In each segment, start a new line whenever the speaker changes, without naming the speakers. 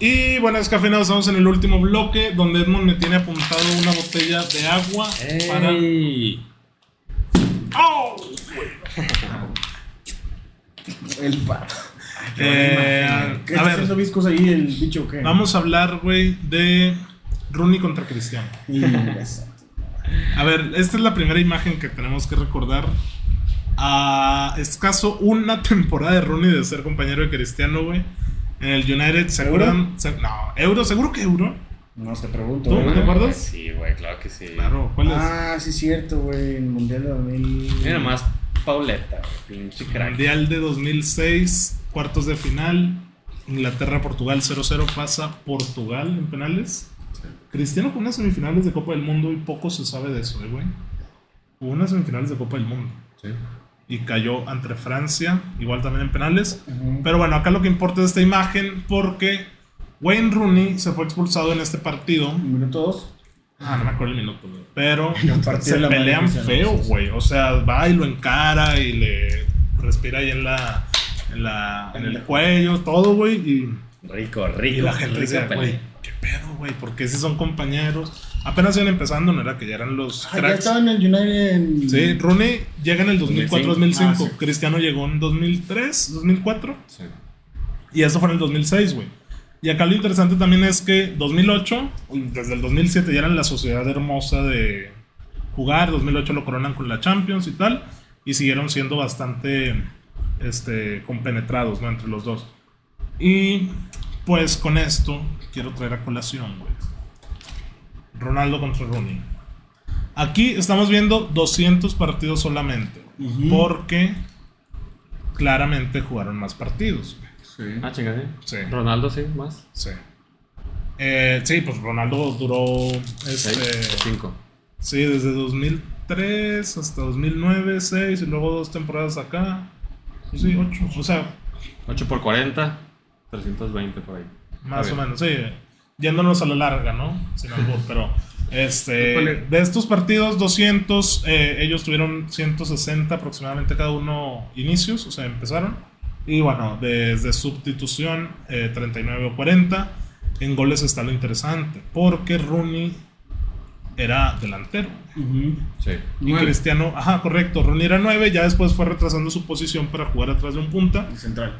Y bueno, descafeinados, estamos en el último bloque donde Edmond me tiene apuntado una botella de agua para.
Ey.
¡Oh!
El pa.
Eh,
¿Qué
a
está
ver,
haciendo viscos ahí el bicho o qué?
vamos a hablar, güey, de Rooney contra Cristiano.
Y eso.
A ver, esta es la primera imagen que tenemos que recordar. A escaso una temporada de Rooney de ser compañero de Cristiano, güey. En el United, ¿se
¿Euro?
acuerdan? Se- no, Euro, seguro que Euro.
No te pregunto.
¿Tú?
güey.
¿Te acuerdas?
Sí, güey, claro que sí.
Claro, ¿cuál es?
Ah, sí, cierto, güey. El mundial de 2000.
Mira más Pauleta, güey, pinche crack.
Mundial de 2006, cuartos de final. Inglaterra-Portugal 0-0, pasa Portugal en penales. Cristiano jugó unas semifinales de Copa del Mundo y poco se sabe de eso, eh, güey. Jugó unas semifinales de Copa del Mundo y cayó ante Francia, igual también en penales.
Ujú.
Pero bueno, acá lo que importa es esta imagen porque Wayne Rooney se fue expulsado en este partido.
Minuto 2.
Ah, no me acuerdo el minuto, güey. Pero
El partido
se
de la madre pues,
pelean
cristiana,
feo,
sí, sí.
güey. O sea, va y lo encara y le respira ahí en la. En, la, en el cuello, todo, güey. Y,
Rico,
y
rico.
la gente
rico
decía,
pelea.
güey, ¿qué pedo, güey? Porque si son compañeros. Apenas iban empezando, no era que ya eran los
Ah, ya
cracks.
estaba en el United. En...
Sí, Rooney llega en el 2004-2005.
2005.
Ah, sí.
Cristiano llegó en 2003, 2004.
Sí.
Y esto fue en el 2006, güey. Y acá lo interesante también es que 2008, desde el 2007 ya eran la sociedad hermosa de jugar. 2008 lo coronan con la Champions y tal. Y siguieron siendo bastante este, compenetrados, ¿no? Entre los dos. Y pues con esto quiero traer a colación, güey. Ronaldo contra Rooney. Aquí estamos viendo 200 partidos solamente.
Ujú.
Porque claramente jugaron más partidos, güey.
Sí.
Ah, chingada.
Sí.
Ronaldo, sí, más.
Sí. Eh, sí, pues Ronaldo duró. Este,
Seis, cinco.
sí, desde 2003 hasta 2009, 6 y luego dos temporadas acá. Pues sí, 8. O sea,
8 por 40, 320 por ahí.
más
Está
o
bien.
menos, sí. Yéndonos a la larga, ¿no? Sin albur, pero. Este,
Híjole.
de estos partidos, 200, eh, ellos tuvieron 160 aproximadamente cada uno inicios, o sea, empezaron. Y bueno, desde sustitución, eh, 39 o 40. En goles está lo interesante, porque Rooney era delantero.
Ujú.
Sí.
Y
Nueve.
Cristiano, ajá, correcto, Rooney era 9, ya después fue retrasando su posición para jugar atrás de un punta.
El central.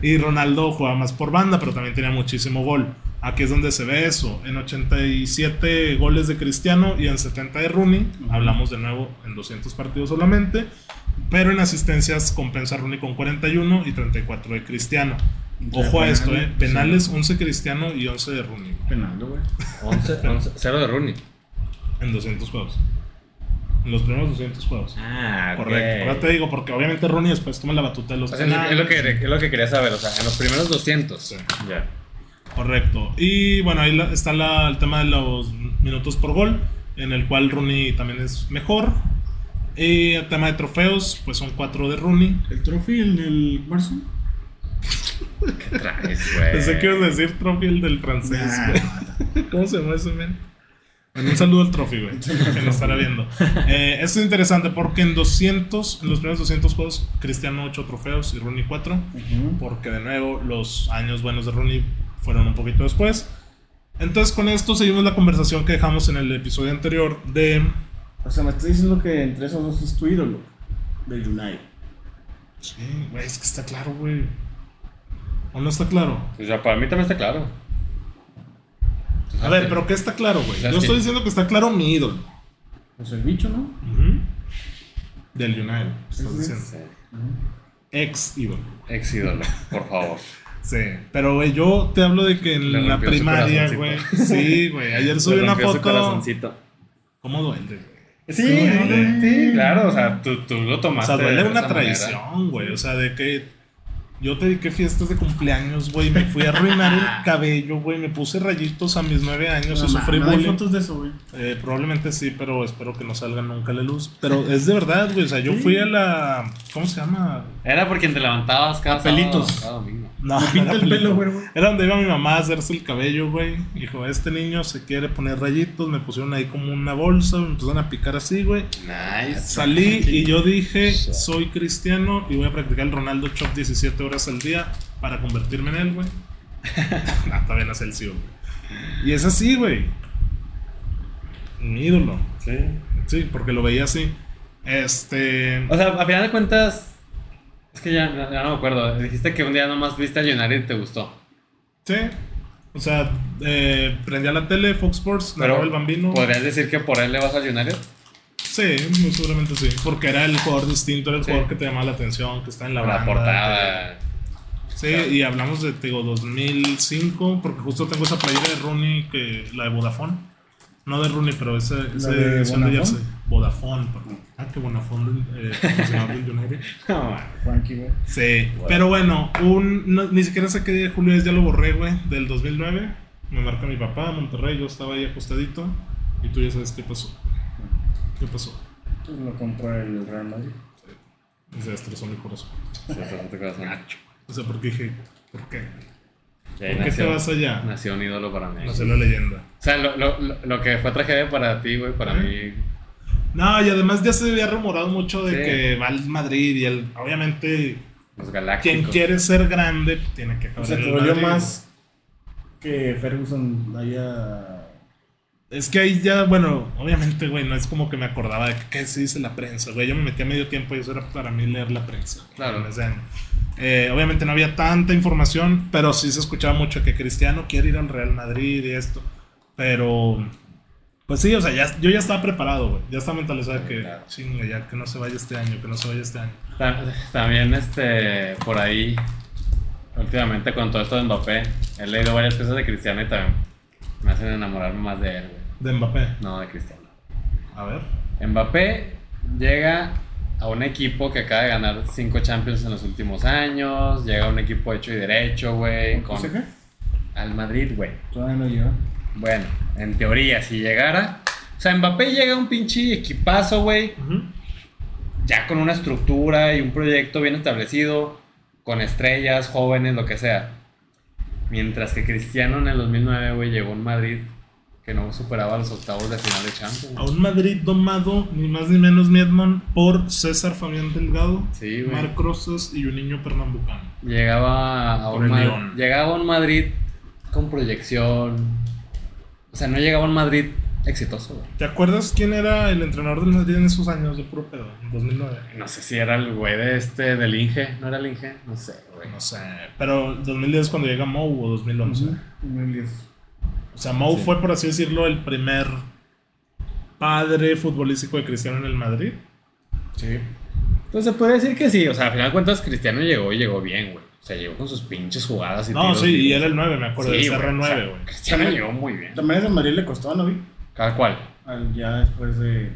Y Ronaldo jugaba más por banda, pero también tenía muchísimo gol. Aquí es donde se ve eso. En 87 goles de Cristiano y en 70 de Rooney. Hablamos de nuevo en 200 partidos solamente. Pero en asistencias compensa Rooney con 41 y 34 de Cristiano. Ojo a esto, ¿eh? Penales 11 Cristiano y 11 de Rooney.
Penaldo, güey.
11, 11, 0 de Rooney.
En 200 juegos. En los primeros 200 juegos.
Ah,
Correcto. Ahora te digo, porque obviamente Rooney después toma la batuta de los
O sea, es lo- es, lo
penales.
que, es lo que quería saber. O sea, en los primeros 200.
Sí.
Ya.
Correcto. Y bueno, ahí la- está la- el tema de los minutos por gol, en el cual Rooney también es mejor. Y el tema de trofeos, pues son cuatro de Rooney.
¿El Trophy, el del marzo?
¿Qué traes, güey?
Pensé que ibas a decir Trophy, el del francés. güey. ¿Cómo se llama ese men? Bueno, un saludo al Trophy, güey, que nos estará viendo. Eh, esto es interesante porque en 200, en los primeros 200 juegos, Cristiano 8 trofeos y Rooney 4. porque de nuevo los años buenos de Rooney fueron un poquito después. Entonces con esto seguimos la conversación que dejamos en el episodio anterior de...
O sea, me estás diciendo que entre esos dos es tu ídolo. Del United.
Sí, güey, es que está claro, güey. ¿O no está claro?
Pues ya, para mí también está claro. Pues
A ver, pero ¿qué está claro, güey?
O sea,
Yo
sí.
estoy diciendo que está claro mi ídolo.
Pues el bicho, ¿no?
Del United, estás
Ujú.
diciendo. Ex ídolo.
Ex ídolo, por favor.
Sí, pero güey, yo te hablo de que en
Le
la
rompió su
primaria, güey.
corazoncito.
Sí, güey, ayer subí
Le
una
rompió su
foto.
corazoncito.
¿Cómo duele, güey?
Sí,
duele.
sí, claro, o sea, tú, tú lo
O
tomaste.
sea, duele
de
una
esa manera.
traición, güey. O sea, de que yo te dediqué fiestas de cumpleaños, güey. Me fui a arruinar el cabello, güey. Me puse rayitos a mis nueve años y sufrí
no, hay
bullying.
fotos de eso, güey.
Eh, probablemente sí, pero espero que no salgan nunca a la luz. Pero es de verdad, güey. O sea, yo fui a la. ¿Cómo se llama?
Era por quien te levantabas cada
Pelitos.
sábado, cada domingo.
No,
Me pinta
era
el pelo,
película.
güey, güey.
Era donde iba mi mamá a hacerse el cabello, güey. Dijo, este niño se quiere poner rayitos. Me pusieron ahí como una bolsa. Me empezaron a picar así, güey.
Nice.
Salí y yo dije, soy cristiano y voy a practicar el Ronaldo Chop 17 horas al día para convertirme en él, güey. Ah, todavía no es el CEO, güey. Y es así, güey. Mi ídolo.
Sí.
Sí, porque lo veía así. Este.
O sea, a final de cuentas, es que ya, ya no me acuerdo. Dijiste que un día nomás viste a Leonardo y te gustó.
Sí. O sea, eh, prendía la tele, Fox Sports, narraba el bambino.
¿Podrías decir que por él le vas a Leonardo?
Sí, muy seguramente sí. Porque era el jugador distinto, era el
Sí.
jugador que te llamaba la atención, que está en la,
La,
banda,
portada.
Sí, y hablamos de, te digo, 2005, porque justo tengo esa playera de Rooney, que, la de Vodafone. No de Rooney, pero esa esa
de
edición de
Bonafont?
jersey. Vodafone, perdón. Ah, que Vodafone, eh, patrocinador del United.
No, man.
Frankie, güey.
Sí, pero bueno, un, no- ni siquiera sé qué día de julio es, ya lo borré, güey, del 2009. Me marca mi papá, Monterrey, yo estaba ahí acostadito. Y tú ya sabes qué pasó. ¿Qué pasó?
Pues lo compró el Real Madrid.
Y se destrozó mi corazón.
Se hace tanto corazón.
O sea, porque dije, ¿por qué?
Y ahí
¿Por qué te
nació-
vas allá?
Nació un ídolo para mí.
Nació la leyenda.
O sea, lo, lo, lo- lo que fue tragedia para ti, güey, para mí.
No, y además ya se había rumorado mucho de
Sí.
que va al Madrid y el, obviamente
Los
quien
galácticos.
quiere ser grande tiene que acabar
O sea,
en
te
el
dolió
Madrid.
más que Ferguson haya.
Es que ahí ya, bueno, obviamente, güey, no es como que me acordaba de que, qué se dice la prensa, güey. Yo me metí a medio tiempo y eso era para mí leer la prensa. güey,
Claro.
en ese año. Eh, obviamente no había tanta información, pero sí se escuchaba mucho que Cristiano quiere ir al Real Madrid y esto. Pero, pues sí, o sea, ya, yo ya estaba preparado, güey. Ya estaba mentalizado de que,
Claro.
chinga, ya que no se vaya este año, que no se vaya este año.
Ta- También, este, por ahí, últimamente con todo esto de Mbappé, he leído varias cosas de Cristiano y también me hacen enamorarme más de él, güey.
De Mbappé.
No, de Cristiano.
A ver.
Mbappé llega a un equipo que acaba de ganar cinco Champions en los últimos años, llega a un equipo hecho y derecho, güey, con...
¿Con PSG?
Al Madrid, güey.
Todavía no llega.
Bueno, en teoría, si llegara... O sea, Mbappé llega a un pinche equipazo, güey, ya con una estructura y un proyecto bien establecido, con estrellas, jóvenes, lo que sea. Mientras que Cristiano en el 2009, güey, llegó a un Madrid que no superaba los octavos de final de Champions.
A
güey.
un Madrid domado, ni más ni menos, mi Edmond, por César Fabián Delgado,
Sí, güey.
Marc Rosas y un niño pernambucano.
Llegaba a
Por
un
el
Madrid,
León.
llegaba a un Madrid con proyección. O sea, no llegaba a un Madrid exitoso, güey.
¿Te acuerdas quién era el entrenador del Madrid en esos años de puro pedo? En 2009.
No sé si era el güey de este, del Inge, no era el Inge, no sé, güey.
No sé, pero 2010 cuando llega Mou o 2011.
Ujú, 2010.
O sea, Mou
Sí.
fue, por así decirlo, el primer padre futbolístico de Cristiano en el Madrid.
Sí. Entonces se puede decir que sí, o sea, al final de cuentas Cristiano llegó y llegó bien, güey. O sea, llegó con sus pinches jugadas y
No,
tiros
sí, y
libres.
era el 9, me acuerdo,
Sí,
de
güey, o sea,
CR9, güey.
Cristiano llegó muy bien.
También ese Madrid le costó, ¿no vi?
Cada cual.
Al- Ya después de.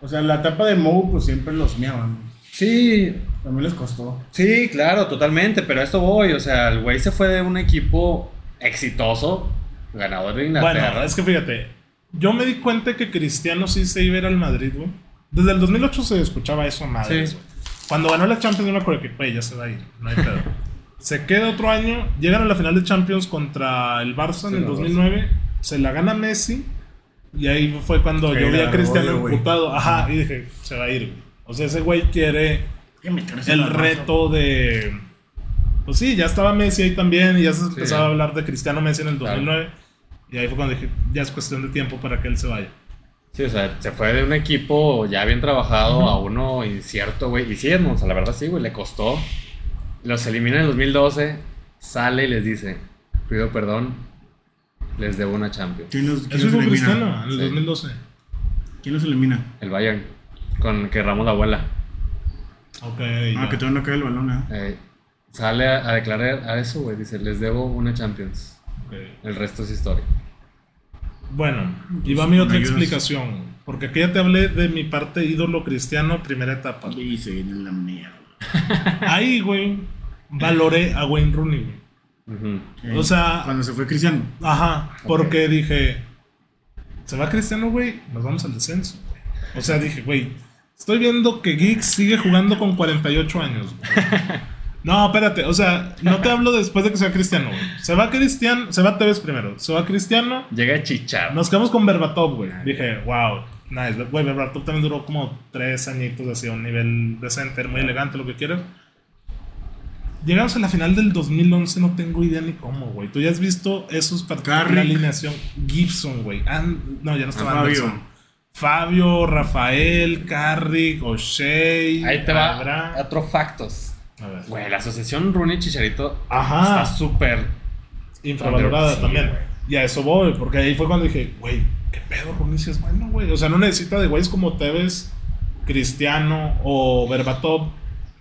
O sea, la etapa de Mou, pues siempre los miaban.
Sí,
También les costó.
sí, claro, totalmente, pero a esto voy, o sea, el güey se fue de un equipo exitoso, ganador de Inglaterra.
Bueno, es que fíjate, yo me di cuenta que Cristiano sí se iba a ir al Madrid, güey. Desde el 2008 se escuchaba eso a madres,
Sí.
güey. Cuando ganó la Champions, yo me acuerdo que, güey, ya se va a ir, no hay pedo. se queda otro año, llegan a la final de Champions contra el Barça en
Sí,
el
la
2009, se la gana Messi, y ahí fue cuando
Que
yo vi
era
a Cristiano
rollo, güey.
emputado, ajá, y dije, se va a ir, güey. O sea, ese güey quiere el reto de. Pues sí, ya estaba Messi ahí también y ya se empezaba a hablar de Cristiano Messi en el
Claro.
2009. Y ahí fue cuando dije, ya es cuestión de tiempo para que él se vaya.
Sí, o sea, se fue de un equipo ya bien trabajado a uno incierto, güey. Y sí, Edmonds, la verdad sí, güey, le costó. Los elimina en el 2012, sale y les dice, pido perdón, les debo una Champions.
¿Quién los, quién
Eso
los
hizo
elimina?
Cristiano en el
Sí.
2012.
¿Quién los
Ah,
elimina?
El Bayern, con que Ramos la abuela.
Ok.
Ah,
ya.
que todavía no cae el balón, ¿eh?
Eh, sale a, a declarar a eso, güey, dice, les debo una Champions.
Ok.
El resto es historia.
Bueno, y va mi otra
Pues me ayudas.
explicación. Porque aquí ya te hablé de mi parte ídolo cristiano, primera etapa.
Y se viene la mierda.
Ahí, güey, valoré a Wayne Rooney, güey.
Ujú.
O sea-
Cuando se fue Cristiano.
Ajá, porque dije, se va Cristiano, güey, nos vamos al descenso. güey. O sea, dije, güey, estoy viendo que Geeks sigue jugando con 48 años. güey. No, espérate, o sea, no te hablo después de que se va Cristiano, güey. Se va Cristiano, se va Tevez primero, se va Cristiano,
Llega Chicharro.
nos quedamos con Berbatov, güey. Dije, wow, nice. Güey, Berbatov también duró como tres añitos así a un nivel decente, era muy elegante, lo que quieras. Llegamos a la final del 2011, no tengo idea ni cómo, güey. Tú ya has visto esos partidos de
Carrick.
alineación. Gibson, güey. An- no, ya no estaba
Ah, Fabio.
Anderson. Fabio, Rafael, Carrick, O'Shea.
Ahí te va
Abra-
otro factos.
A ver.
Güey, la asociación Rooney Chicharito
Ajá.
está súper.
infravalorada
Sí,
también.
güey.
Y a eso voy, porque ahí fue cuando dije, güey, qué pedo, Rooney si es bueno, güey. O sea, no necesita de güeyes como Tevez, Cristiano o Berbatov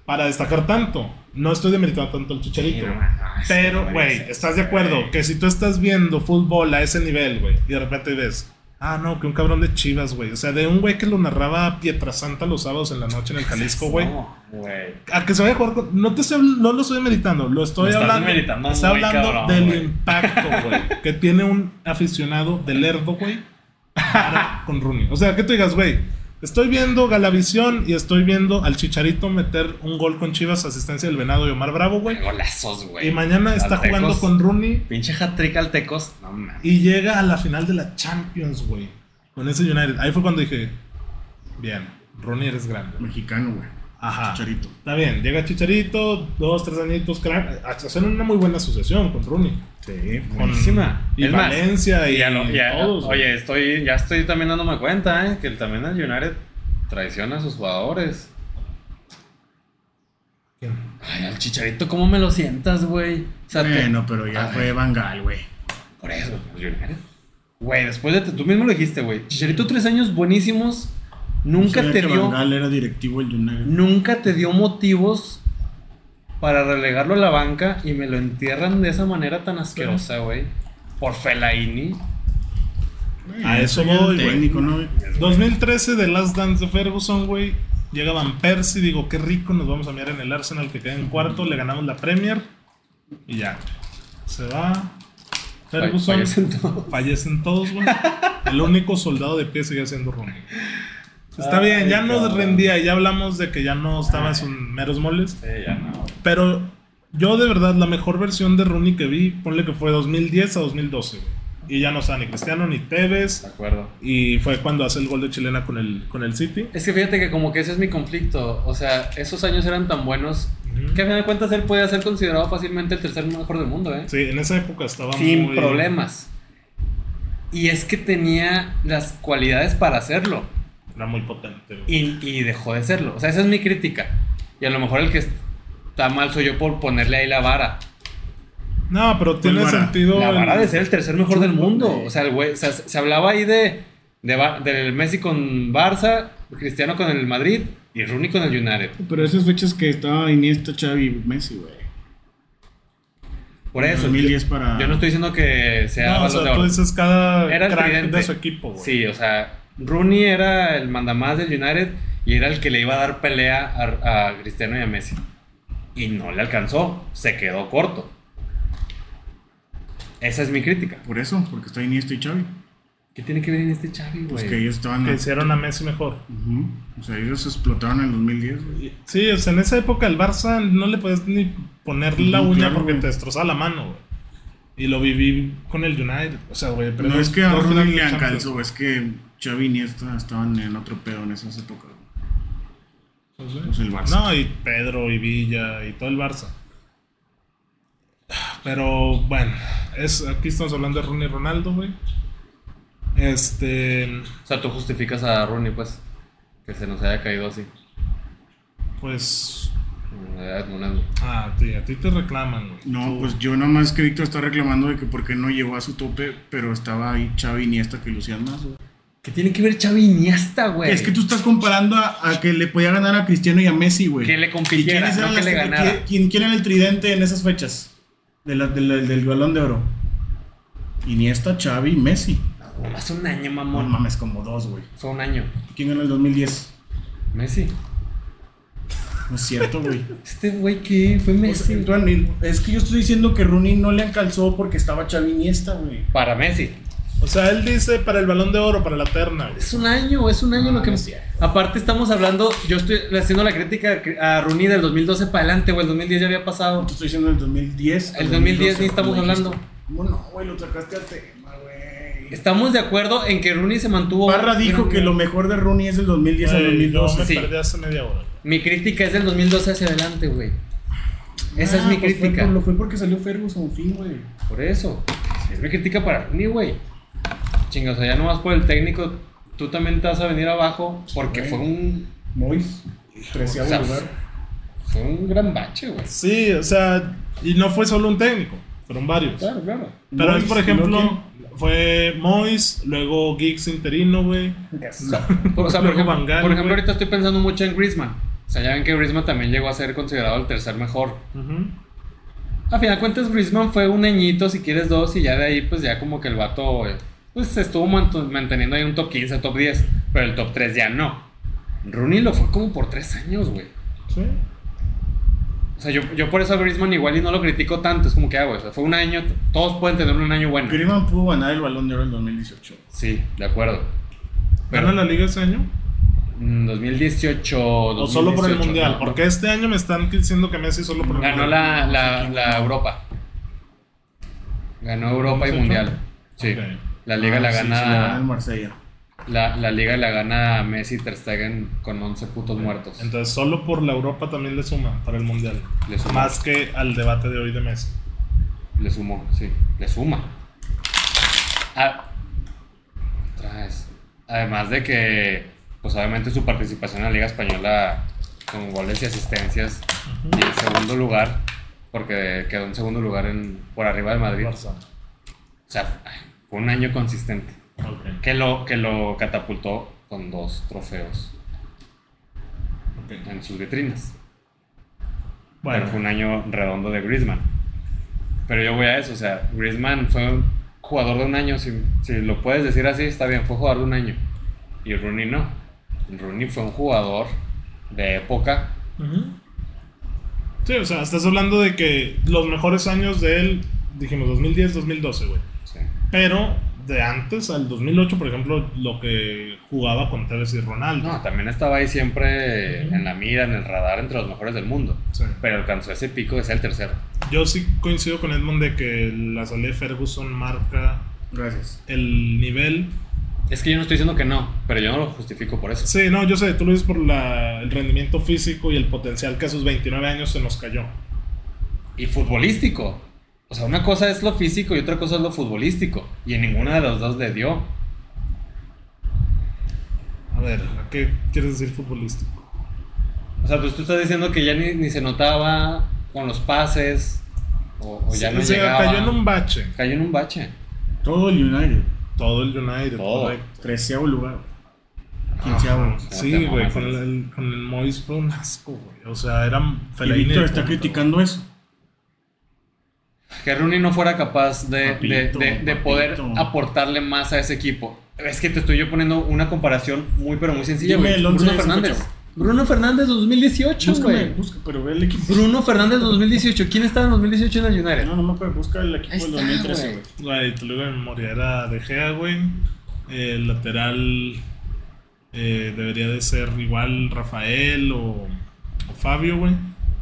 para destacar tanto. No estoy demeritando tanto al chicharito.
Sí, no mames,
pero, güey, ¿estás de acuerdo?
güey.
Que si tú estás viendo fútbol a ese nivel, güey, y de repente ves, ah, no, que un cabrón de chivas, güey. O sea, de un güey que lo narraba a Pietrasanta los sábados en la noche en el Jalisco, güey.
No, güey.
A que se vaya a jugar con- No, te estoy- no lo estoy demeritando, lo estoy
Lo estás
hablando.
demeritando
estoy
muy
hablando
cabrón,
del
güey.
impacto, güey, que tiene un aficionado del Lerdo, güey, para con Rooney. O sea, que tú digas, güey, estoy viendo Galavisión y estoy viendo al Chicharito meter un gol con Chivas, asistencia del Venado y Omar Bravo, güey.
Golazos, güey.
Y mañana está
Aztecos.
jugando con Rooney
Pinche hat-trick al Tecos. No mames.
y llega a la final de la Champions, güey, con ese United. Ahí fue cuando dije, bien, Rooney eres grande.
Mexicano, güey.
Ajá.
Chicharito.
Está bien, llega Chicharito, dos, tres añitos, crack. Hacen una muy buena asociación con Rooney.
Sí,
Con-
Buenísima.
Y
Es más,
Valencia y,
Ya lo- ya-
todos. güey.
oye, estoy, ya estoy también dándome cuenta, ¿eh? Que el- también el United traiciona a sus jugadores.
¿Quién?
Ay, al chicharito, ¿cómo me lo sientas, güey? O sea, te-
Bueno, pero ya
A
fue
ver,
Bangal, güey.
Por eso, el United. Güey, después de. Tú mismo lo dijiste, güey. Chicharito, tres años buenísimos. Nunca
Sabía
te
que
dio.
Bangal era directivo del United.
Nunca te dio motivos para relegarlo a la banca y me lo entierran de esa manera tan asquerosa, güey. Por Felaini.
A eso
Era el
voy, güey.
técnico, ¿no? güey?
2013 de Last Dance de Ferguson, güey. Llega Van Persie, digo, qué rico, nos vamos a mirar en el Arsenal que queda en cuarto, le ganamos la Premier y ya. Se va.
pues
Ferguson.
Fallecen todos.
Fallecen todos, güey. El único soldado de pie sigue siendo Rooney. Está bien, ya
Ay,
nos
cabrón.
rendía, ya hablamos de que ya no estaba en sus meros moles.
Sí, ya no.
Pero yo de verdad, la mejor versión de Rooney que vi, ponle que fue 2010 a 2012, güey. Y ya no está ni Cristiano ni Tevez.
De acuerdo.
Y fue cuando hace el gol de chilena con el, con el City.
Es que fíjate que como que ese es mi conflicto. O sea, esos años eran tan buenos que a final de cuentas él podía ser considerado fácilmente el tercer mejor del mundo, ¿eh?
Sí, en esa época estaba
Sin
muy...
problemas. Y es que tenía las cualidades para hacerlo
Era muy potente, güey.
y, y dejó de serlo. O sea, esa es mi crítica. Y a lo mejor el que está mal soy yo por ponerle ahí la vara.
No, pero tiene
vara?
sentido...
La
el-
vara de ser el tercer mejor del mundo.
güey.
O sea, el güey, o sea, se hablaba ahí de, de Ba- del Messi con Barça, Cristiano con el Madrid y Rooney con el United.
Pero esas fechas que estaba Iniesta, Xavi, Messi, güey.
Por eso.
2010 para.
Yo no estoy diciendo que sea
No, o
balón
sea,
de
pues
oro.
tú dices cada
Era el
crack
tridente.
de su equipo, güey.
Sí, o sea, Rooney era el mandamás del United y era el que le iba a dar pelea a, a Cristiano y a Messi. Y no le alcanzó, se quedó corto. Esa es mi crítica.
Por eso, porque está Iniesta y Xavi.
¿Qué tiene que ver en este Xavi,
Pues
güey?
que ellos estaban.
Que hicieron a Messi mejor.
Ujú. O sea, ellos explotaron en el 2010, güey.
Sí, o sea, en esa época el Barça no le podías ni poner la
Ujú,
uña
claro,
porque
güey.
te destrozaba la mano, güey. Y lo viví con el United. O sea, güey, pero
no es que a
dos
Rooney
finales
le
de
alcanzó, es que Xavi y Iniesta estaban en otro pedo en esas épocas. güey.
Champions.
Pues el Barça.
No, y Pedro y Villa y todo el Barça. Pero bueno, es, aquí estamos hablando de Rooney y Ronaldo, güey. Este,
O sea, tú justificas a Rooney, pues, que se nos haya caído así.
pues,
Eh, una-
ah, a ti- a ti te reclaman, güey.
No, pues yo nada más que Víctor está reclamando de que por qué no llegó a su tope, pero estaba ahí Xavi y Iniesta que lucían más, güey.
¿Qué tiene que ver Xavi y Iniesta, güey?
Es que tú estás comparando a, a que le podía ganar a Cristiano y a Messi, güey.
Que le compitiera,
¿Y quiénes
no
eran
que
las
le ganara.
qui- ¿quién, quién era el tridente en esas fechas? De la- de la- del Balón de Oro. Iniesta, Xavi y Messi.
Nomás un año,
No
mamón.
mames, como dos, güey.
Fue un año.
¿Quién ganó el 2010?
Messi.
No es cierto, güey.
Este güey que fue
O sea,
Messi.
Antoine, es que yo estoy diciendo que Rooney no le alcanzó porque estaba Xavi y Iniesta, güey.
Para Messi.
O sea, él dice para el balón de oro, para la terna, güey.
Es un año, es un año
Ah, No,
lo que
no es cierto.
Aparte estamos hablando, yo estoy haciendo la crítica a Rooney del 2012 para adelante, o el 2010 ya había pasado.
Te estoy diciendo el 2010.
El 2010
2012,
ni estamos
lo dijiste.
hablando.
¿Cómo no, güey? Lo sacaste al tema, güey.
Estamos de acuerdo en que Rooney se mantuvo...
Barra dijo que lo mejor de Rooney es el 2010 al
Güey, yo
2012.
me
Sí.
perdí hace media hora.
Mi crítica es del 2012 hacia adelante, güey. Esa es mi
pues fue
crítica.
por- lo fue porque salió Ferguson, fin, güey.
Por eso. Es mi crítica para Rooney, güey. Chinga, o sea, ya nomás por el técnico, tú también te vas a venir abajo porque
güey.
fue un,
Mois, treceavo
O sea,
lugar.
fue un gran bache, güey.
Sí, o sea, y no fue solo un técnico, fueron varios.
Claro, claro.
Pero
Moyes,
es, por
¿no?
ejemplo, fue Mois, luego Giggs interino, güey.
O sea, por- o sea, por
Luego
ejemplo,
Van Gaal,
por ejemplo,
güey.
ahorita estoy pensando mucho en Griezmann. O sea, ya ven que Griezmann también llegó a ser considerado el tercer mejor.
Ujú.
A final de cuentas, Griezmann fue un añito, si quieres dos, y ya de ahí, pues ya como que el vato, eh, pues se estuvo mantu- manteniendo ahí un top 15, top 10, pero el top 3 ya no. Rooney lo fue como por tres años, güey.
Sí.
O sea, yo, yo por eso a Griezmann igual y no lo critico tanto, es como que, ah, güey, o sea, fue un año, t- todos pueden tener un año bueno.
Griezmann pudo ganar el Balón de Oro en 2018.
Sí, de acuerdo. Pero mm,
¿Gana la liga ese año?
en 2018,
¿O solo por el
2018,
mundial?
no,
Porque este año me están diciendo que Messi solo por el
Ganó
mundial.
la, la, la Europa. Ganó Europa y
¿2018?
Mundial. Sí.
Ok.
La liga la
Ah, sí, se la gana el
gana.
Marsella.
La, la liga la gana Messi y Ter Stegen con 11 putos muertos.
Entonces, solo por la Europa también le suma para el mundial.
Le suma.
Más que al debate de hoy de Messi.
Le sumo, sí. Le suma. Ah, otra vez. Además de que, pues obviamente su participación en la Liga Española con goles y asistencias y en segundo lugar, porque quedó en segundo lugar en, por arriba del Madrid. O
Barça.
sea, fue un año consistente.
Ok.
Que lo, que lo catapultó con dos trofeos
ok.
en sus vitrinas. Pero
Bueno,
fue un año redondo de Griezmann. Pero yo voy a eso, o sea, Griezmann fue un jugador de un año, si, si lo puedes decir así, está bien, fue jugador de un año. Y Rooney no. Rooney fue un jugador de época.
Ujú. Sí, o sea, estás hablando de que los mejores años de él, dijimos 2010, 2012, güey.
Sí,
Pero de antes al 2008, por ejemplo, lo que jugaba con Tevez y Ronaldo.
No, también estaba ahí siempre en la mira, en el radar, entre los mejores del mundo.
Sí.
Pero alcanzó ese pico de ser el tercero.
Yo sí coincido con Edmond de que la salida de Ferguson marca
Gracias.
el nivel.
Es que yo no estoy diciendo que no, pero yo no lo justifico por eso.
Sí, no, yo sé, tú lo dices por la- el rendimiento físico y el potencial que a sus 29 años se nos cayó.
y futbolístico. O sea, una cosa es lo físico y otra cosa es lo futbolístico. Y en ninguna de las dos le dio.
A ver, ¿a qué quieres decir futbolístico?
O sea, pues tú estás diciendo que ya ni, ni se notaba con los pases. O, o ya
Sí,
no
o sea,
llegaba.
cayó en un bache.
bache.
Todo el United.
Todo el United,
Todo.
correcto.
Treceavo lugar.
Ah,
Quinceavo.
Ajá, Sí,
Te
güey,
mamas.
con el, con el Mois fue un asco, güey. O sea, eran
Y
Fellaini
Víctor
de
está
punto,
criticando eso.
Que Rooney no fuera capaz de,
Papito,
de- de- de
papito.
poder aportarle más a ese equipo. Es que te estoy yo poniendo una comparación muy, pero muy sencilla.
Dime
güey.
el
Bruno
once de ese
Fernández.
muchacho.
Bruno Fernández 2018,
Búscame,
güey.
busca, pero ve el equipo.
Bruno Fernández 2018. ¿Quién estaba en 2018 en el United?
No, no me acuerdo. Busca el equipo
Ahí
del
está,
2013, güey.
Güey, te lo digo de memoria, era De Gea, güey. Eh, El lateral eh, debería de ser igual Rafael o, o Fabio, güey.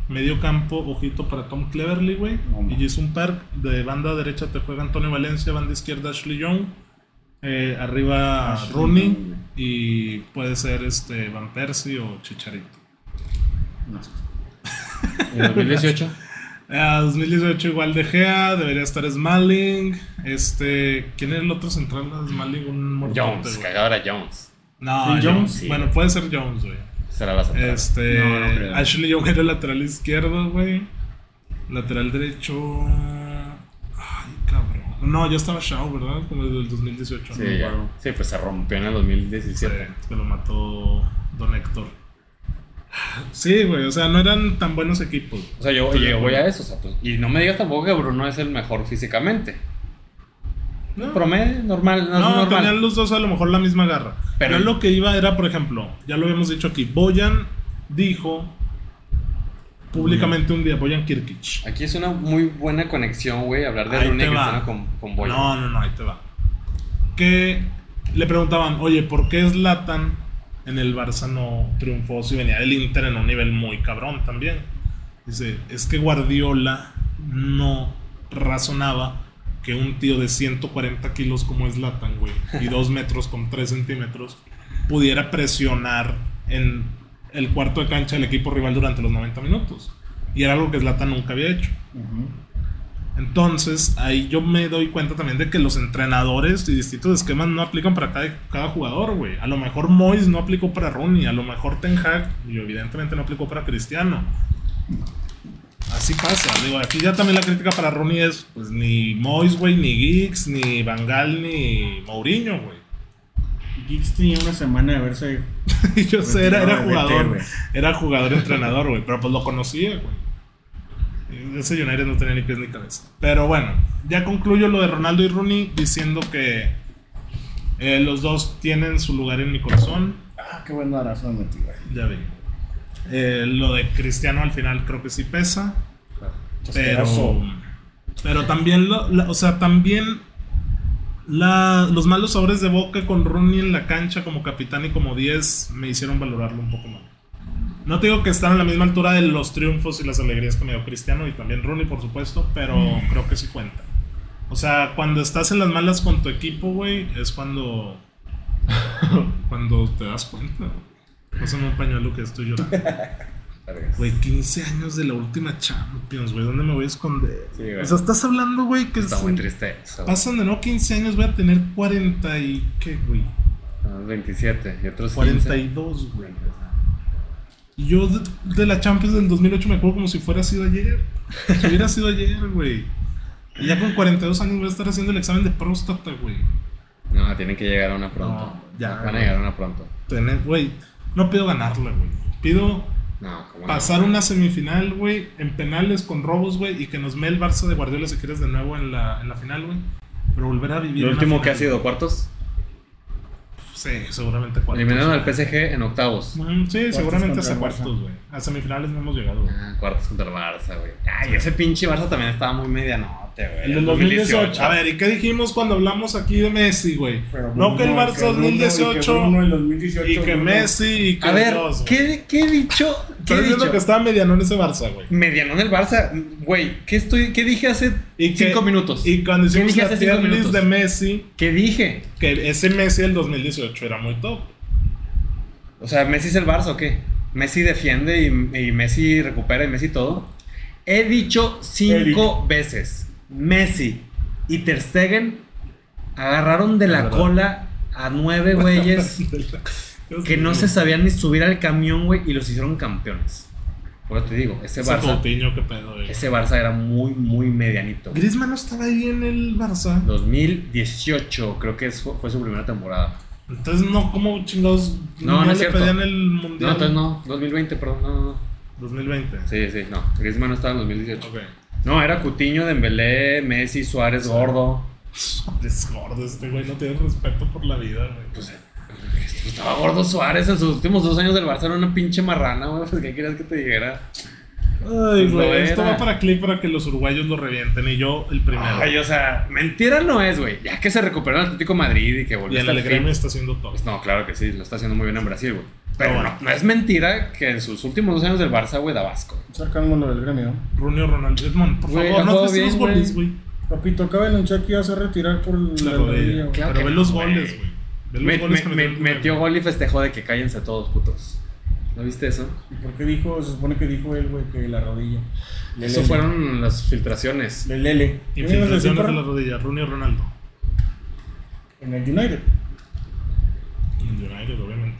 Medio campo, ojito para Tom Cleverly, güey.
No, man.
y Jason Park. De banda derecha te juega Antonio Valencia, banda izquierda Ashley Young. Eh, arriba
Ashley
Rooney.
Young, güey.
Y puede ser este Van Persie o Chicharito.
No.
En 2018.
Ah, 2018 igual De Gea, debería estar Smalling. Este, ¿quién era el otro central de Smalling? Un mortote,
Jones,
güey.
cagadora Jones.
No,
Sí,
Jones.
Jones,
sí.
Bueno, puede ser Jones, güey.
Será la central.
Este,
No, no creo.
Ashley Young era lateral izquierdo, güey. Lateral derecho. Ay, cabrón. No, ya estaba Shaw, ¿verdad? Como desde el 2018.
Sí, ya.
Bueno.
Sí, pues se rompió en el
Sí,
2017.
que lo mató Don Héctor. Sí, güey, o sea, no eran tan buenos equipos.
O sea, yo, yo voy a eso. o sea, pues, y no me digas tampoco que Bruno es el mejor físicamente.
No.
Promedio, normal, no, es
No,
normal.
tenían los dos a lo mejor la misma garra.
Pero-
Pero lo que iba era, por ejemplo, ya lo habíamos dicho aquí, Boyan dijo públicamente un día, Boyan Kirkic.
Aquí es una muy buena conexión, güey, hablar de
Ahí
Rooney y
te va.
Cristiano con, con Boyan.
No, no, no, ahí te va. Que le preguntaban, oye, ¿por qué Zlatan en el Barça no triunfó si venía del Inter en un nivel muy cabrón también? Dice, es que Guardiola no razonaba que un tío de 140 kilos como es Zlatan, güey, y 2 metros con 3 centímetros, pudiera presionar en el cuarto de cancha del equipo rival durante los 90 minutos. Y era algo que Zlatan nunca había hecho. Entonces, ahí yo me doy cuenta también de que los entrenadores y distintos esquemas no aplican para cada, cada jugador, güey. A lo mejor Mois no aplicó para Rooney, a lo mejor Ten Hag, y evidentemente no aplicó para Cristiano. Así pasa, digo, aquí ya también la crítica para Rooney es, pues, ni Mois, güey, ni Giggs, ni Bangal, ni Mourinho, güey.
Giggs tenía una semana de verse.
Y yo sé, era, era
retirado de
jugador,
BT, güey.
era jugador entrenador, güey, pero pues lo conocía, güey. Ese United no tenía ni pies ni cabeza. Pero bueno, ya concluyo lo de Ronaldo y Rooney diciendo que eh, los dos tienen su lugar en mi corazón.
Ah, qué buen abrazo me metí, güey.
Ya vi. Eh, lo de Cristiano al final creo que sí pesa. Pero,
Asqueroso.
pero también, lo- la- o sea, también la- los malos sabores de boca con Rooney en la cancha como capitán y como 10 me hicieron valorarlo un poco más. No te digo que están a la misma altura de los triunfos y las alegrías que me dio Cristiano y también Rooney, por supuesto, pero creo que sí cuenta. O sea, cuando estás en las malas con tu equipo, güey, es cuando. cuando te das cuenta. Pásame un pañuelo que estoy llorando. Güey, 15 años de la última Champions, güey. ¿Dónde me voy a esconder?
Sí, güey.
o sea, estás hablando, güey, que
Está
si
muy triste eso. güey.
pasan de no 15 años, voy a tener 40 y qué, güey.
Ah, 27 y otros 15.
42, güey. Y yo de, de la Champions del 2008 me acuerdo como si fuera sido ayer. Si hubiera sido ayer, güey. Y ya con 42 años voy a estar haciendo el examen de próstata, güey.
No, tienen que llegar a una pronto.
No, ya,
Van a
güey.
llegar a una pronto.
Tener- Güey, no pido ganarla, güey. Pido
No, como
pasar una semifinal, güey, en penales con robos, güey, y que nos mee el Barça de Guardiola si quieres de nuevo en la, en la final, güey. Pero volver a vivir.
Lo
una
último que ha
final.
sido cuartos.
Sí, seguramente cuartos.
Eliminaron al PSG en octavos.
Ujú, Sí, seguramente
contra
hasta
el Barça.
cuartos, güey. A semifinales no hemos llegado, güey.
Ah, cuartos contra el Barça, güey. Ay, ese pinche Barça también estaba muy medianote, güey.
El del 2018. A ver, ¿y qué dijimos cuando hablamos aquí de Messi, güey?
Pero
No que el
Bruno,
Barça
Bruno, y que
2018
Bruno en 2018,
y que
Bruno.
Messi y que
A ver,
Dios, güey.
¿qué, qué he dicho? ¿Qué
Estás
he
viendo
dicho?
que estaba mediano en ese Barça, güey.
Medianón el Barça. Güey, ¿qué, estoy, ¿qué dije hace
Y que-
cinco minutos?
Y cuando
¿Qué
hicimos
dije
la
hace cinco
tier list
minutos?
de Messi,
¿Qué dije?
que ese Messi del 2018 era muy top.
O sea, ¿Messi es el Barça o qué? ¿Messi defiende y, y Messi recupera y Messi todo? He dicho cinco veces. Messi y Ter Stegen agarraron de la
verdad.
cola a nueve güeyes que no se
sabe
sabían ni subir al camión, güey, y los hicieron campeones. Por eso te digo, ese Barça,
Coutinho, qué pedo, güey.
ese Barça era muy, muy medianito.
Griezmann no estaba ahí en el Barça.
2018 creo que es- fue su primera temporada.
Entonces, no, como chingados. ni
No, no es
le
cierto.
pedían el
No,
mundial.
entonces no, 2020, perdón, no, no, no.
2020.
Sí, sí, no. Griezmann no estaba en 2018.
Ok.
No, era Cutiño, Dembélé, Messi, Suárez, Gordo.
Es gordo este güey, no tiene respeto por la vida, güey.
Pues, estaba Gordo Suárez en sus últimos dos años del Barça, era una pinche marrana, güey. Pues, ¿qué querías que te dijera?
Ay,
pues, lo
güey. Esto
era.
va para clip para que los uruguayos lo revienten y yo el primero.
Ay, o sea, mentira no es, güey. Ya que se recuperó el Atlético de Madrid y que
y
volvió
el
hasta el
Gremio
fin.
está haciendo todo.
Pues, no, claro que sí, lo está haciendo muy bien en Brasil, güey. Pero
Pero
no, no es mentira que en sus últimos dos años del Barça, güey, da vasco.
Sacamos lo del gremio.
Runio Ronaldo. Edmond, por
Güey, ha
favor, no
jugado
has visto los
bien, güey.
goles, güey.
Papito, acaba de anunciar que ibas a retirar por
La rodilla.
la rodilla. güey.
Claro que
Pero ve
no,
los
güey.
goles, güey. Ve los
Me-
goles que
me- me-
metió el
metió
Gremio.
gol y festejó de que cállense todos, putos. ¿No viste eso?
¿Y por qué dijo? Se supone que dijo él, güey, que la rodilla. Lele.
Eso fueron las filtraciones.
De Lele. ¿Qué me ibas a decir,
Infiltraciones de la
Parra?
rodilla. Runio Ronaldo.
En el United.
En el United, obviamente.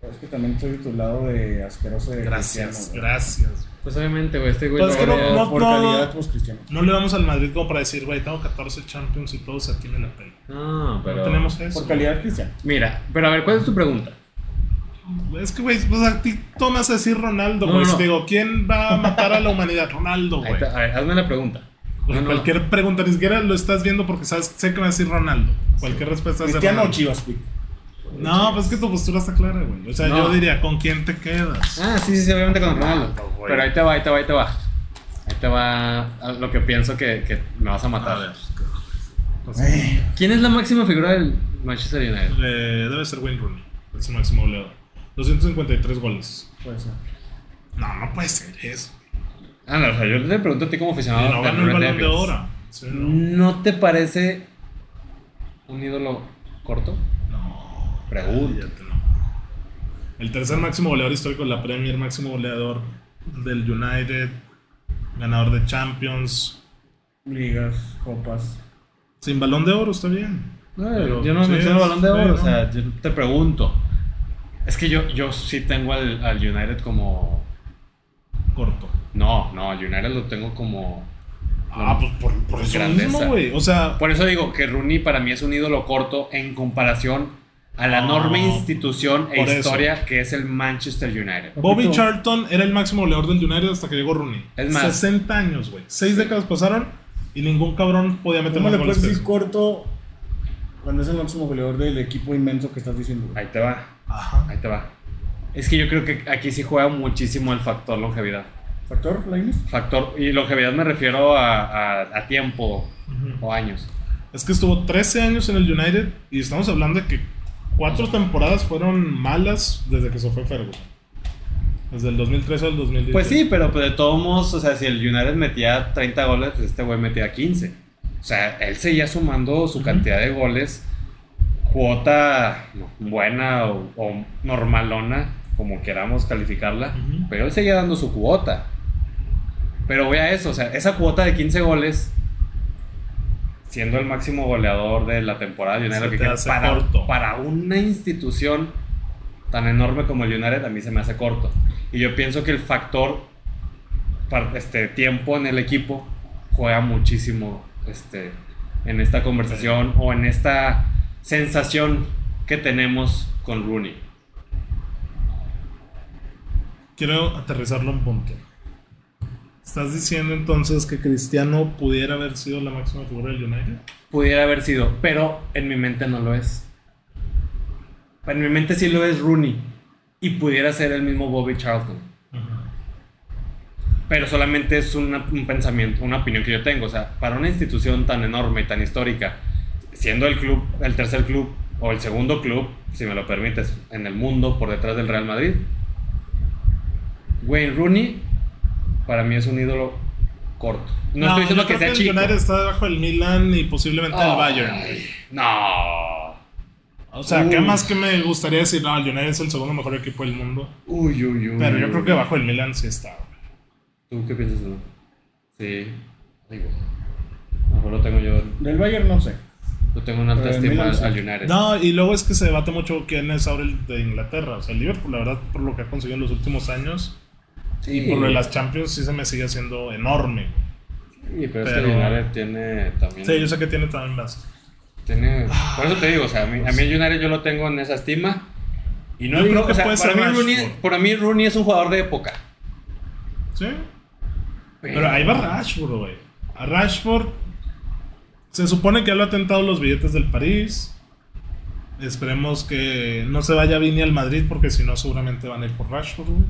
Pero es que también estoy de tu lado de asqueroso de
Gracias,
Cristiano, güey.
gracias.
Pues obviamente, güey, este güey
Pues
lo
que no-
odia.
no-
Por
No, no.
calidad, pues Cristiano.
No le vamos al Madrid como para decir, güey, tengo 14 Champions y todos aquí me la pela.
No, pero.
No tenemos eso.
Por calidad, Cristiano.
Mira, pero a ver, ¿cuál es tu pregunta?
güey. Es que, güey, pues a ti tomas a decir Ronaldo,
No,
güey.
no, no.
Te digo, ¿quién va a matar a la humanidad? Ronaldo,
Ahí
Oh, güey.
está, a ver, hazme la pregunta.
Pues,
No, no.
Cualquier pregunta, ni siquiera lo estás viendo porque sabes, sé que me va a decir Ronaldo. Cualquier respuesta es de
Cristiano o
Ronaldo.
Chivas, güey.
No, pues es que tu postura está clara, güey. O sea,
No.
yo diría, ¿con quién te quedas?
Ah, sí, sí, sí, obviamente con
Ah,
Ronaldo. pero ahí te va, ahí te va, ahí te va. Ahí te va a lo que pienso que, que me vas a matar.
Pues,
Eh,
¿Quién es la máxima figura del Manchester United?
Eh, debe ser Wayne Rooney. Es el máximo goleador. 253 goles.
Puede ser.
No, no puede ser eso.
Ah, no, o sea, yo te pregunto a ti como
Y
aficionado.
no
del
ganó el
Red
balón de
Devils.
oro. Sí, no.
Mm.
¿No te parece un ídolo corto?
No.
Pregúntate.
cállate, no. El tercer máximo goleador histórico de la Premier, máximo goleador del United, ganador de Champions,
Ligas, copas.
sin balón de oro, está bien.
No,
Pero,
yo no
sí,
menciono balón de
sí,
oro, o
no.
sea, yo te pregunto. Es que yo, yo sí tengo al, al United como.
Corto.
No, no, al United lo tengo como.
Ah, pues por, por eso
Grandeza.
mismo, güey. O sea,
Por eso digo que Rooney para mí es un ídolo corto en comparación a la
No,
enorme institución e
por eso.
historia que es el Manchester United.
Bobby
Papito.
Charlton era el máximo goleador del United hasta que llegó Rooney.
Es más.
60 años, güey. Seis décadas pasaron y ningún cabrón podía meter
¿Cómo
más
le
goles.
puedes
que
decir
eso.
corto cuando es el máximo goleador del equipo inmenso que estás diciendo? güey?
Ahí te va,
Ajá.
ahí te va. Es que yo creo que aquí sí juega muchísimo el factor longevidad.
¿Factor, Lainez?
Factor, y longevidad me refiero a, a- a tiempo
Ujú.
o años.
Es que estuvo 13 años en el United y estamos hablando de que cuatro temporadas fueron malas desde que se fue Ferguson. Desde el 2013 al 2010.
Pues sí, pero pues, de todos modos, o sea, si el United metía 30 goles, pues este güey metía 15. O sea, él seguía sumando su
Ujú.
cantidad de goles, cuota buena o, o normalona, como queramos calificarla,
Ujú.
pero él seguía dando su cuota. Pero vea eso, o sea, esa cuota de 15 goles, siendo el máximo goleador de la temporada de
Se
United, que
te
creo-
hace
para,
corto.
para una institución tan enorme como el United, a mí se me hace corto. Y yo pienso que el factor par- este, tiempo en el equipo juega muchísimo este, en esta conversación o en esta sensación que tenemos con Rooney.
Quiero aterrizarlo a un punto. ¿Estás diciendo entonces que Cristiano pudiera haber sido la máxima figura del United?
Pudiera haber sido, pero en mi mente no lo es. En mi mente sí lo es Rooney. Y pudiera ser el mismo Bobby Charlton. Pero solamente es una- un pensamiento, una opinión que yo tengo. O sea, para una institución tan enorme y tan histórica, siendo el club, el tercer club o el segundo club, si me lo permites, en el mundo por detrás del Real Madrid, Wayne Rooney para mí es un ídolo corto. No, estoy diciendo
yo
que
creo
sea
el
chico.
United está debajo del Milan y posiblemente del
Ay,
Bayern.
No.
O sea, ¿qué
Uy.
más que me gustaría decir? No, el United es el segundo mejor equipo del mundo.
Uy, uy, uy.
Pero yo creo que bajo el Milan sí está. güey.
¿Tú qué piensas, no? Sí. Digo. Mejor lo tengo yo.
Del Bayern no sé.
Lo tengo en alta
Pero el
estima
Milan sí.
al United.
No, y luego es que se debate mucho quién es ahora el de Inglaterra. O sea, el Liverpool, la verdad, por lo que ha conseguido en los últimos años
sí,
y por lo de las Champions, sí se me sigue haciendo enorme.
Sí, pero, es que
pero-
el United tiene también.
Sí, yo Ah. sé que tiene también más.
tiene- por eso te digo, o sea, a mí, a mí el United yo lo tengo en esa estima. Y no
Yo
digo-
creo que
o sea,
puede
para
ser
mí, Rooney,
Rashford.
para mí Rooney es un jugador de época.
Sí. Pero ahí va Rashford, güey. A Rashford se supone que ya lo ha tentado los billetes del París. Esperemos que no se vaya Vini al Madrid porque si no seguramente van a ir por Rashford, güey.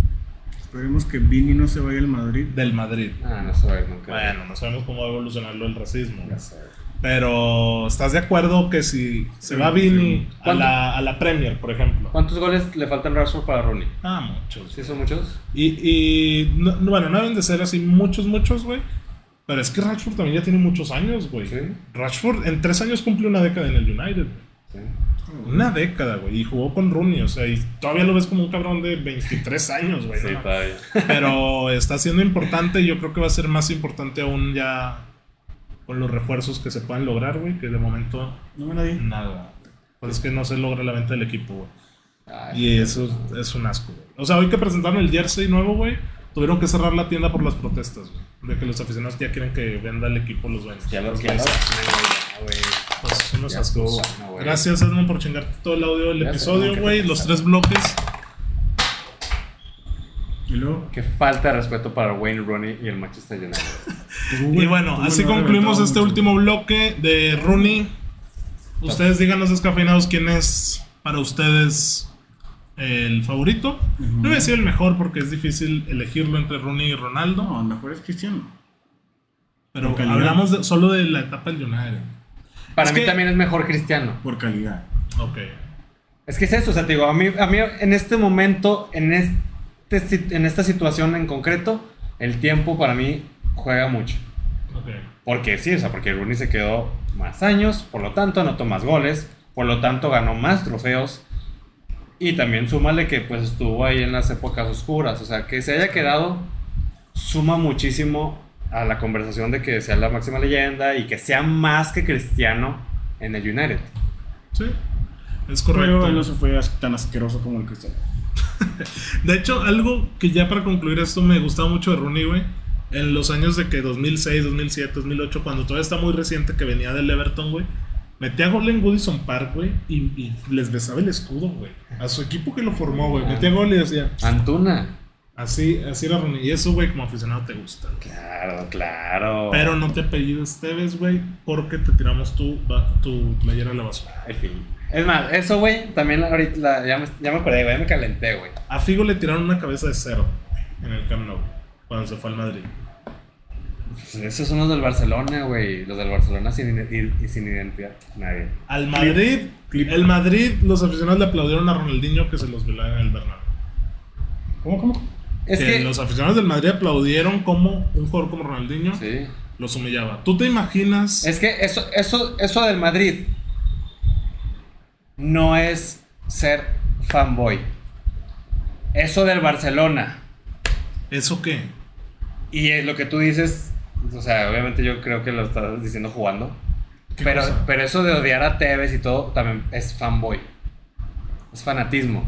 Esperemos que Vini no se vaya al Madrid.
Del Madrid.
Ah, no sé, nunca.
Bueno, no sabemos cómo va a evolucionar lo del racismo.
No sé.
Pero, ¿estás de acuerdo que si se va Vini a la, a la Premier, por ejemplo?
¿Cuántos goles le faltan a Rashford para Rooney?
Ah, muchos.
¿Sí son muchos?
Y, y no- no, bueno, no deben de ser así muchos, muchos, güey. Pero es que Rashford también ya tiene muchos años, güey.
Sí.
Rashford en tres años cumple una década en el United. güey.
Sí. Mm.
Una década, güey. Y jugó con Rooney, o sea, y todavía lo ves como un cabrón de 23 años, güey.
Sí,
¿no?
todavía.
Pero está siendo importante y yo creo que va a ser más importante aún ya con los refuerzos que se puedan lograr, güey. Que de momento
No me la di.
nada. Pues es que no se logra la venta del equipo, güey.
Ay,
Y eso es- es un asco, güey. O sea, hoy que presentaron el jersey nuevo, güey, tuvieron que cerrar la tienda por las protestas, güey. De que los aficionados ya quieren que venda el equipo los dueños.
ya lo
Los
que
dueños.
güey.
Pues son unos
Ya
ascos.
estuvo bueno, güey.
Gracias, Edmond, por chingarte todo el audio del
Gracias,
episodio,
Edmond, que te
güey. Los
pasaste.
tres bloques.
Y luego.
Qué falta de respeto para Wayne Rooney y el Manchester United.
pues,
Y bueno, así concluimos este último bloque de Rooney. Ustedes díganos descafeinados quién es para ustedes el favorito. No voy a decir el mejor porque es difícil elegirlo entre Rooney y Ronaldo.
No, mejor es Cristiano.
Pero
Por calidad.
hablamos de- solo de la etapa del United.
Para
Es
mí
que-
también es mejor Cristiano.
Por calidad.
Ok.
Es que es eso, o sea, te digo, a mí, a mí en este momento, en, este, si- en esta situación en concreto, el tiempo para mí juega mucho.
Ok.
Porque sí, o sea, porque Rooney se quedó más años, por lo tanto anotó más goles, por lo tanto ganó más trofeos. Y también súmale que pues estuvo ahí en las épocas oscuras, o sea, que se haya quedado suma muchísimo a la conversación de que sea la máxima leyenda y que sea más que cristiano en el United.
Sí, es
Pero él no
correcto.
se fue as- tan asqueroso como el Cristiano.
De hecho, algo que ya para concluir esto me gustaba mucho de Rooney, güey. En los años de que 2006, 2007, 2008, cuando todavía está muy reciente que venía del Everton, güey. Metía gol en Goodison Park, güey. Y, y les besaba el escudo, güey. A su equipo que lo formó, güey. Metía gol y decía.
Antuna.
Así, así era Rooney. Y eso, güey, como aficionado te gusta. güey.
Claro, claro.
Pero no te apellides Tevez, güey, porque te tiramos tu, ba- tu playera a la basura.
En fin. Es más, eso, güey, también la- ahorita la- ya, me, ya me acordé, güey, ya me calenté, güey.
A Figo le tiraron una cabeza de cero en el Camp Nou cuando se fue al Madrid.
Pues esos son los del Barcelona, güey. Los del Barcelona sin, ide- y, y sin identidad. Nadie.
Al Madrid,
clip.
el Madrid, los aficionados le aplaudieron a Ronaldinho que se los velaba en el Bernabéu.
¿Cómo, cómo?
Es
que,
que.
los aficionados del Madrid aplaudieron como un jugador como Ronaldinho
Sí.
los humillaba. ¿Tú te imaginas?
Es que eso, eso, eso del Madrid no es ser fanboy. Eso del Barcelona.
¿Eso qué?
Y es lo que tú dices, o sea, obviamente yo creo que lo estás diciendo jugando.
¿Qué
Pero,
cosa?
pero eso de odiar a Tevez y todo también es fanboy. Es fanatismo.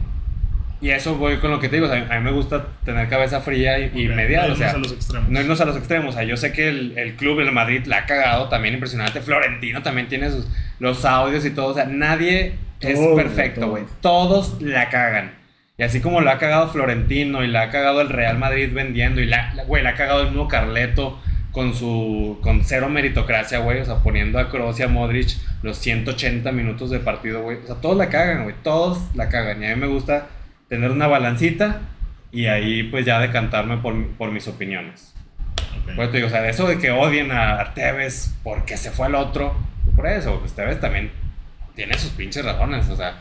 Y eso voy con lo que te digo. o sea, a mí me gusta tener cabeza fría y, y
Ok,
mediar.
no
o sea,
irnos a los extremos.
no irnos a los extremos. O sea, yo sé que el, el club, el Madrid, la ha cagado también impresionante. Florentino también tiene sus, los audios y todo. O sea, nadie es
Todo,
perfecto,
todo.
güey. Todos la cagan. Y así como lo ha cagado Florentino y la ha cagado el Real Madrid vendiendo y la, la- güey, la ha cagado el mismo Carleto con su con cero meritocracia, güey, o sea, poniendo a Kroos y a Modric los 180 minutos de partido, güey. O sea, todos la cagan, güey, todos la cagan. Y a mí me gusta tener una balancita y ahí pues ya decantarme por, por mis opiniones.
Ok.
Pues te digo, o sea, de eso de que odien a Tevez porque se fue al otro, por eso, pues Tevez también tiene sus pinches razones, o sea,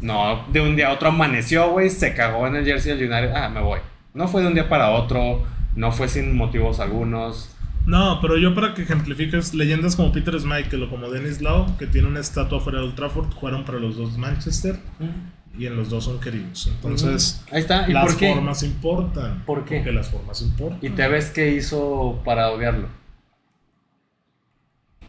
no, de un día a otro amaneció, güey, se cagó en el jersey del United, ah, me voy. No fue de un día para otro, no fue sin motivos algunos.
No, pero yo para que ejemplifiques leyendas como Peter Schmeichel o como Dennis Lau, que tiene una estatua fuera de Old Trafford, jugaron para los dos Manchester y en los dos son queridos. Entonces,
Ahí está, ¿y
las
por qué?
formas importan.
¿Por qué?
Porque las formas importan.
¿Y Tevez qué hizo para odiarlo?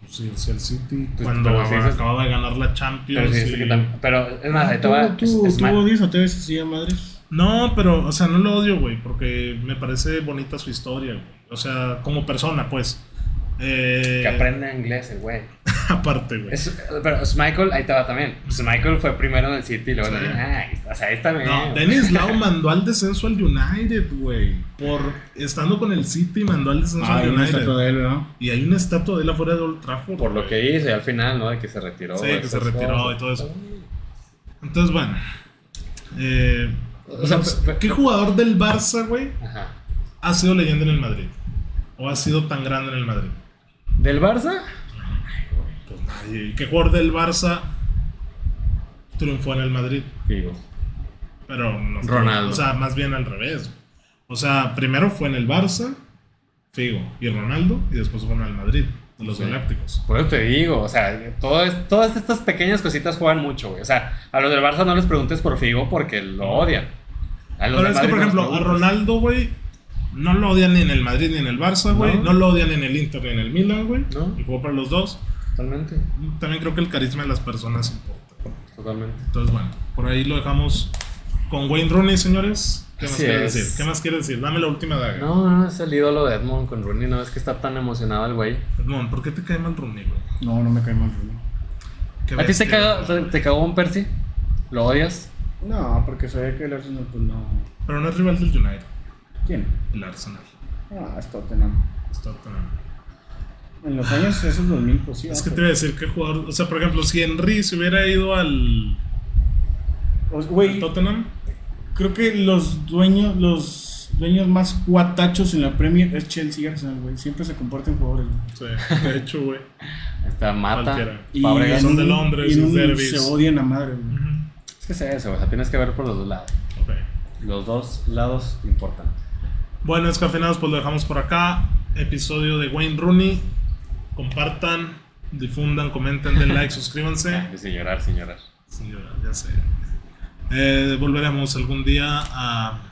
Sí, sí, el City
Pues,
cuando
pero si dices-
acababa de ganar la Champions.
Pero, sí,
y-
dice que tam- pero es más, ahí te va,
¿Tú, tú,
es- es
tú
más-
odias a Tevez así a Madrid?
No, pero, o sea, no lo odio, güey, porque me parece bonita su historia, güey. O sea, como persona, pues. Eh,
que aprende inglés el güey.
Aparte, güey.
Es- pero Michael, ahí estaba también. Pues Michael fue primero en el City y luego
Sí.
en el- ah, ahí está- o sea, ahí está bien.
No, Dennis Lau mandó al descenso al United, güey. Por estando con el City, mandó al descenso
Ah,
al
yo no
United.
está todo él, ¿verdad?
Y hay una estatua de él afuera de Old Trafford.
Por lo
güey.
que hizo y al final, ¿no? De que se retiró.
Sí, que se
esas
retiró
cosas.
y todo eso. Entonces, bueno. eh,
O sea,
pues,
pe- pe-
¿Qué jugador del Barça, güey,
Ajá.
ha sido leyenda en el Madrid? ¿O ha sido tan grande en el Madrid?
¿Del Barça?
Pues nadie. ¿Qué jugador del Barça triunfó en el Madrid?
Digo.
Pero no fue-
Ronaldo.
O sea, más bien al revés. güey. O sea, primero fue en el Barça, Figo y Ronaldo, y después fueron al Madrid, de los
Sí.
Galácticos.
Por eso te digo, o sea, todo es- todas estas pequeñas cositas juegan mucho, güey. O sea, a los del Barça no les preguntes por Figo porque lo odian. A los
Pero
del
es que, por
Madrid no pues. les
ejemplo, a
preguntes.
Ronaldo, güey, no lo odian ni en el Madrid ni en el Barça, güey. No.
No.
lo odian ni en el Inter ni en el Milan, güey.
No.
Y jugó para los dos.
Totalmente,
También creo que el carisma de las personas importa.
totalmente.
Entonces, bueno, por ahí lo dejamos con Wayne Rooney, señores. ¿Qué más
Así
quiere
es.
decir? ¿Qué más quiere decir? Dame la última daga.
No, no, es el ídolo de Edmond con Rooney, no es que está tan emocionado el güey.
Edmond, ¿por qué te cae mal Rooney, güey?
No, no me cae mal. güey.
Qué
¿A ti te,
bestia,
caga-
güey.
te, te cagó un Percy? ¿Lo odias?
No, porque sabía que el Arsenal, pues no.
Pero no es rival del United,
¿Quién?
el Arsenal.
Ah, es Tottenham.
Es Tottenham.
En los años esos 2000, pues sí.
Es
ah,
que te iba
pero-
a decir qué jugador. O sea, por ejemplo, si Henry se hubiera ido al,
O-
al
Güey,
Tottenham,
creo que los dueños, los dueños más cuatachos en la Premier es Chelsea y Arsenal, güey. Siempre se comportan jugadores, güey.
sí, de hecho, güey.
Está Mata,
Cualquiera.
Y
Fabregas.
en
son de
un-
Londres,
y en
es
un
derbis.
Se odian a madre, güey.
Ujú.
Es que sea eso, güey, o sea, tienes que ver por los dos lados.
Ok.
Los dos lados importan.
Bueno, descafeinados, pues lo dejamos por acá. Episodio de Wayne Rooney. Compartan, difundan, comenten, den like, suscríbanse.
Ah, Sin llorar, sin llorar.
Señora, ya sé. Eh, volveremos algún día a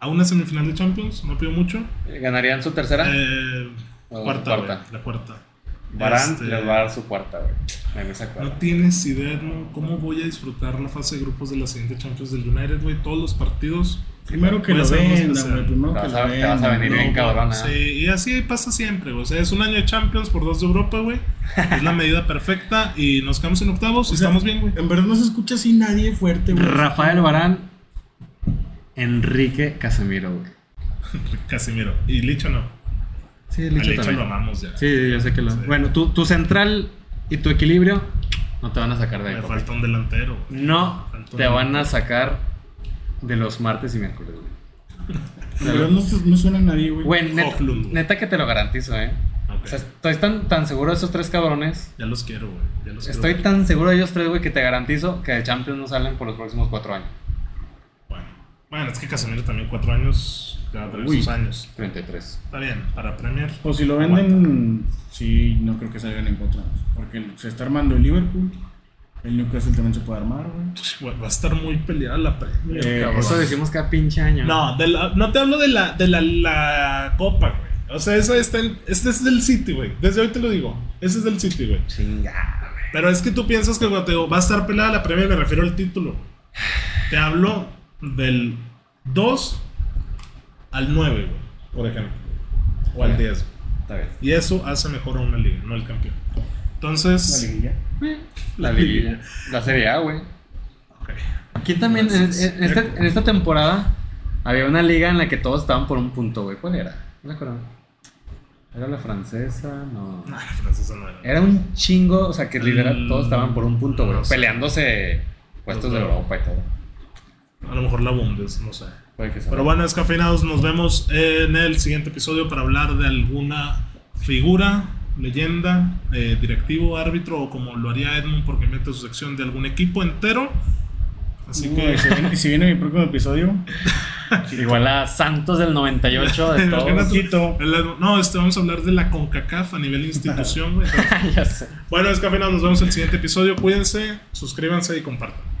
a una semifinal de Champions, no pido mucho.
¿Ganarían su tercera?
Eh,
O
cuarta,
Ah, cuarta.
güey, la cuarta.
Barán
Este,
le va a dar su cuarta, güey. La mesa
No
cuarta.
tienes idea, ¿no? ¿Cómo voy a disfrutar la fase de grupos de la siguiente Champions del United, güey? Todos los partidos.
Primero que
Voy a
lo
hacer algo
vendan,
especial.
güey. Primero
Te
que
vas
lo
a- te vas a
vendan.
venir bien ¿eh?
güey,
cabrona.
Sí, y así pasa siempre, güey. O sea, es un año de Champions por dos de Europa, güey. Es la medida perfecta y nos quedamos en octavos y
O sea,
estamos bien, güey.
En verdad no se escucha así nadie fuerte, güey.
Rafael Barán, Enrique Casemiro, güey.
Casimiro. Y Licho no.
Sí,
A Licho lo amamos ya.
Sí, yo sé que lo.
Sí.
Bueno, tu, tu central y tu equilibrio no te van a sacar de ahí.
Me
papá.
falta un delantero, güey.
No
Falta
te
un-
van a sacar de los martes y miércoles, güey.
En verdad no, se- no suena nadie, güey.
Güey, net-
Hojlund, güey.
neta que te lo garantizo, eh.
Ok.
O sea, estoy tan, tan seguro de esos tres cabrones.
Ya los quiero, güey. Ya los
Estoy
quiero.
tan seguro de ellos tres, güey, que te garantizo que de Champions no salen por los próximos cuatro años.
Bueno. Bueno, es que Casemiro también cuatro años. Ya tres
Uy.
sus años.
33.
Está bien, para Premier.
O si lo venden, sí, no creo que salgan en contra. Porque se está armando el Liverpool. El Newcastle también se puede armar, güey.
pues, Güey, Va a estar muy peleada la Premier.
Eh,
cabrón.
Eso decimos cada pinche año.
No, de la- no te hablo de la, de la, la copa, güey. O sea, eso está en- este es del City, güey. Desde hoy te lo digo. Ese es del City, güey.
Chinga, güey.
Pero es que tú piensas que cuando te digo, va a estar pelada la Premier, me refiero al título. Te hablo del 2 al 9, güey, por ejemplo. O al 10. güey.
Está bien.
Y eso hace mejor a una liga, no al campeón.
La
Entonces,
liguilla.
La liguilla. La Serie A, güey.
ok.
Aquí también, en, en- en esta, en esta temporada, había una liga en la que todos estaban por un punto, güey. ¿Cuál era? No me acuerdo. ¿Era la francesa? No.
Nah, la francesa no era.
Era un chingo, o sea, que literal
Mm,
todos estaban por un punto, güey.
no sé.
Peleándose puestos
No
de
sé.
Europa y todo.
A lo mejor la Bundes, no sé.
Puede que sea.
Pero bueno, descafeinados, nos vemos en el siguiente episodio para hablar de alguna figura, leyenda, eh, directivo, árbitro o como lo haría Edmund porque mete su sección de algún equipo entero. Así
Uy,
que
si viene, si viene mi próximo episodio,
Igual a Santos del 98 de todos.
Imagínate,
Quito.
el- no, este, vamos a hablar de la CONCACAF a nivel institución. güey. Entonces,
ya sé.
bueno, descafeinados, nos vemos en el siguiente episodio. Cuídense, suscríbanse y compartan.